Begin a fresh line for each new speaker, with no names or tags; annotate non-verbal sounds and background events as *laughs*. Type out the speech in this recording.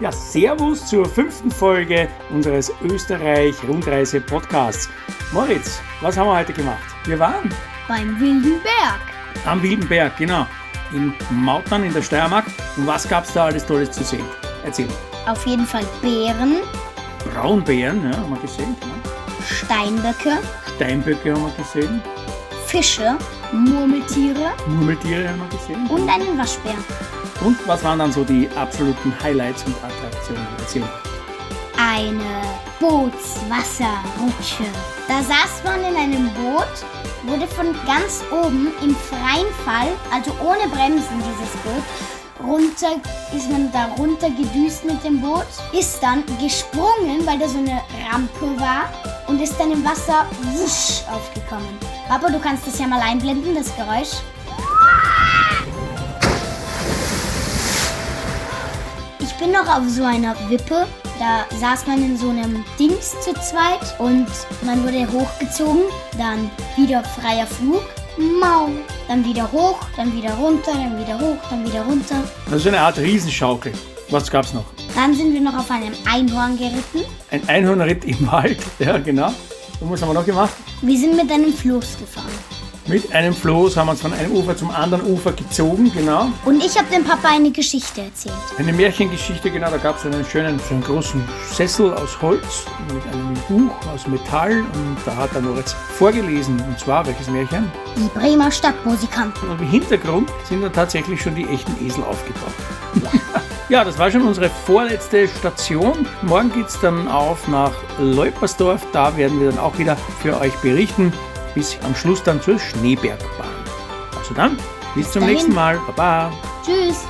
Ja, Servus zur fünften Folge unseres Österreich-Rundreise-Podcasts. Moritz, was haben wir heute gemacht? Wir waren
beim Wilden Berg.
am Wildenberg, genau, in Mautern in der Steiermark. Und was gab es da alles Tolles zu sehen? Erzähl.
Auf jeden Fall Bären,
Braunbären, ja, haben wir gesehen. Ja.
Steinböcke,
Steinböcke haben wir gesehen.
Fische, Murmeltiere
Murmeltiere haben wir gesehen.
und einen Waschbär.
Und was waren dann so die absoluten Highlights und Attraktionen? Erzähl.
Eine Bootswasserrutsche. Da saß man in einem Boot, wurde von ganz oben im freien Fall, also ohne Bremsen dieses Boot, runter, ist man da runter gedüst mit dem Boot, ist dann gesprungen, weil da so eine Rampe war und ist dann im Wasser wusch aufgekommen. Papa, du kannst das ja mal einblenden, das Geräusch. Ich bin noch auf so einer Wippe. Da saß man in so einem Dings zu zweit und man wurde hochgezogen, dann wieder freier Flug, mau, dann wieder hoch, dann wieder runter, dann wieder hoch, dann wieder runter.
Also so eine Art Riesenschaukel. Was gab's noch?
Dann sind wir noch auf einem Einhorn geritten.
Ein Einhornritt im Wald, *laughs* ja genau. Und was haben wir noch gemacht?
Wir sind mit einem Floß gefahren.
Mit einem Floß haben wir uns von einem Ufer zum anderen Ufer gezogen, genau.
Und ich habe dem Papa eine Geschichte erzählt.
Eine Märchengeschichte, genau, da gab es einen schönen, so einen großen Sessel aus Holz mit einem Buch aus Metall und da hat er Moritz vorgelesen, und zwar welches Märchen?
Die Bremer Stadtmusikanten.
Und im Hintergrund sind dann tatsächlich schon die echten Esel aufgetaucht. ja, das war schon unsere vorletzte Station. Morgen geht's dann auf nach Leupersdorf, da werden wir dann auch wieder für euch berichten, bis am Schluss dann zur Schneebergbahn. Also dann, bis zum
dahin.
nächsten Mal. Baba.
Tschüss.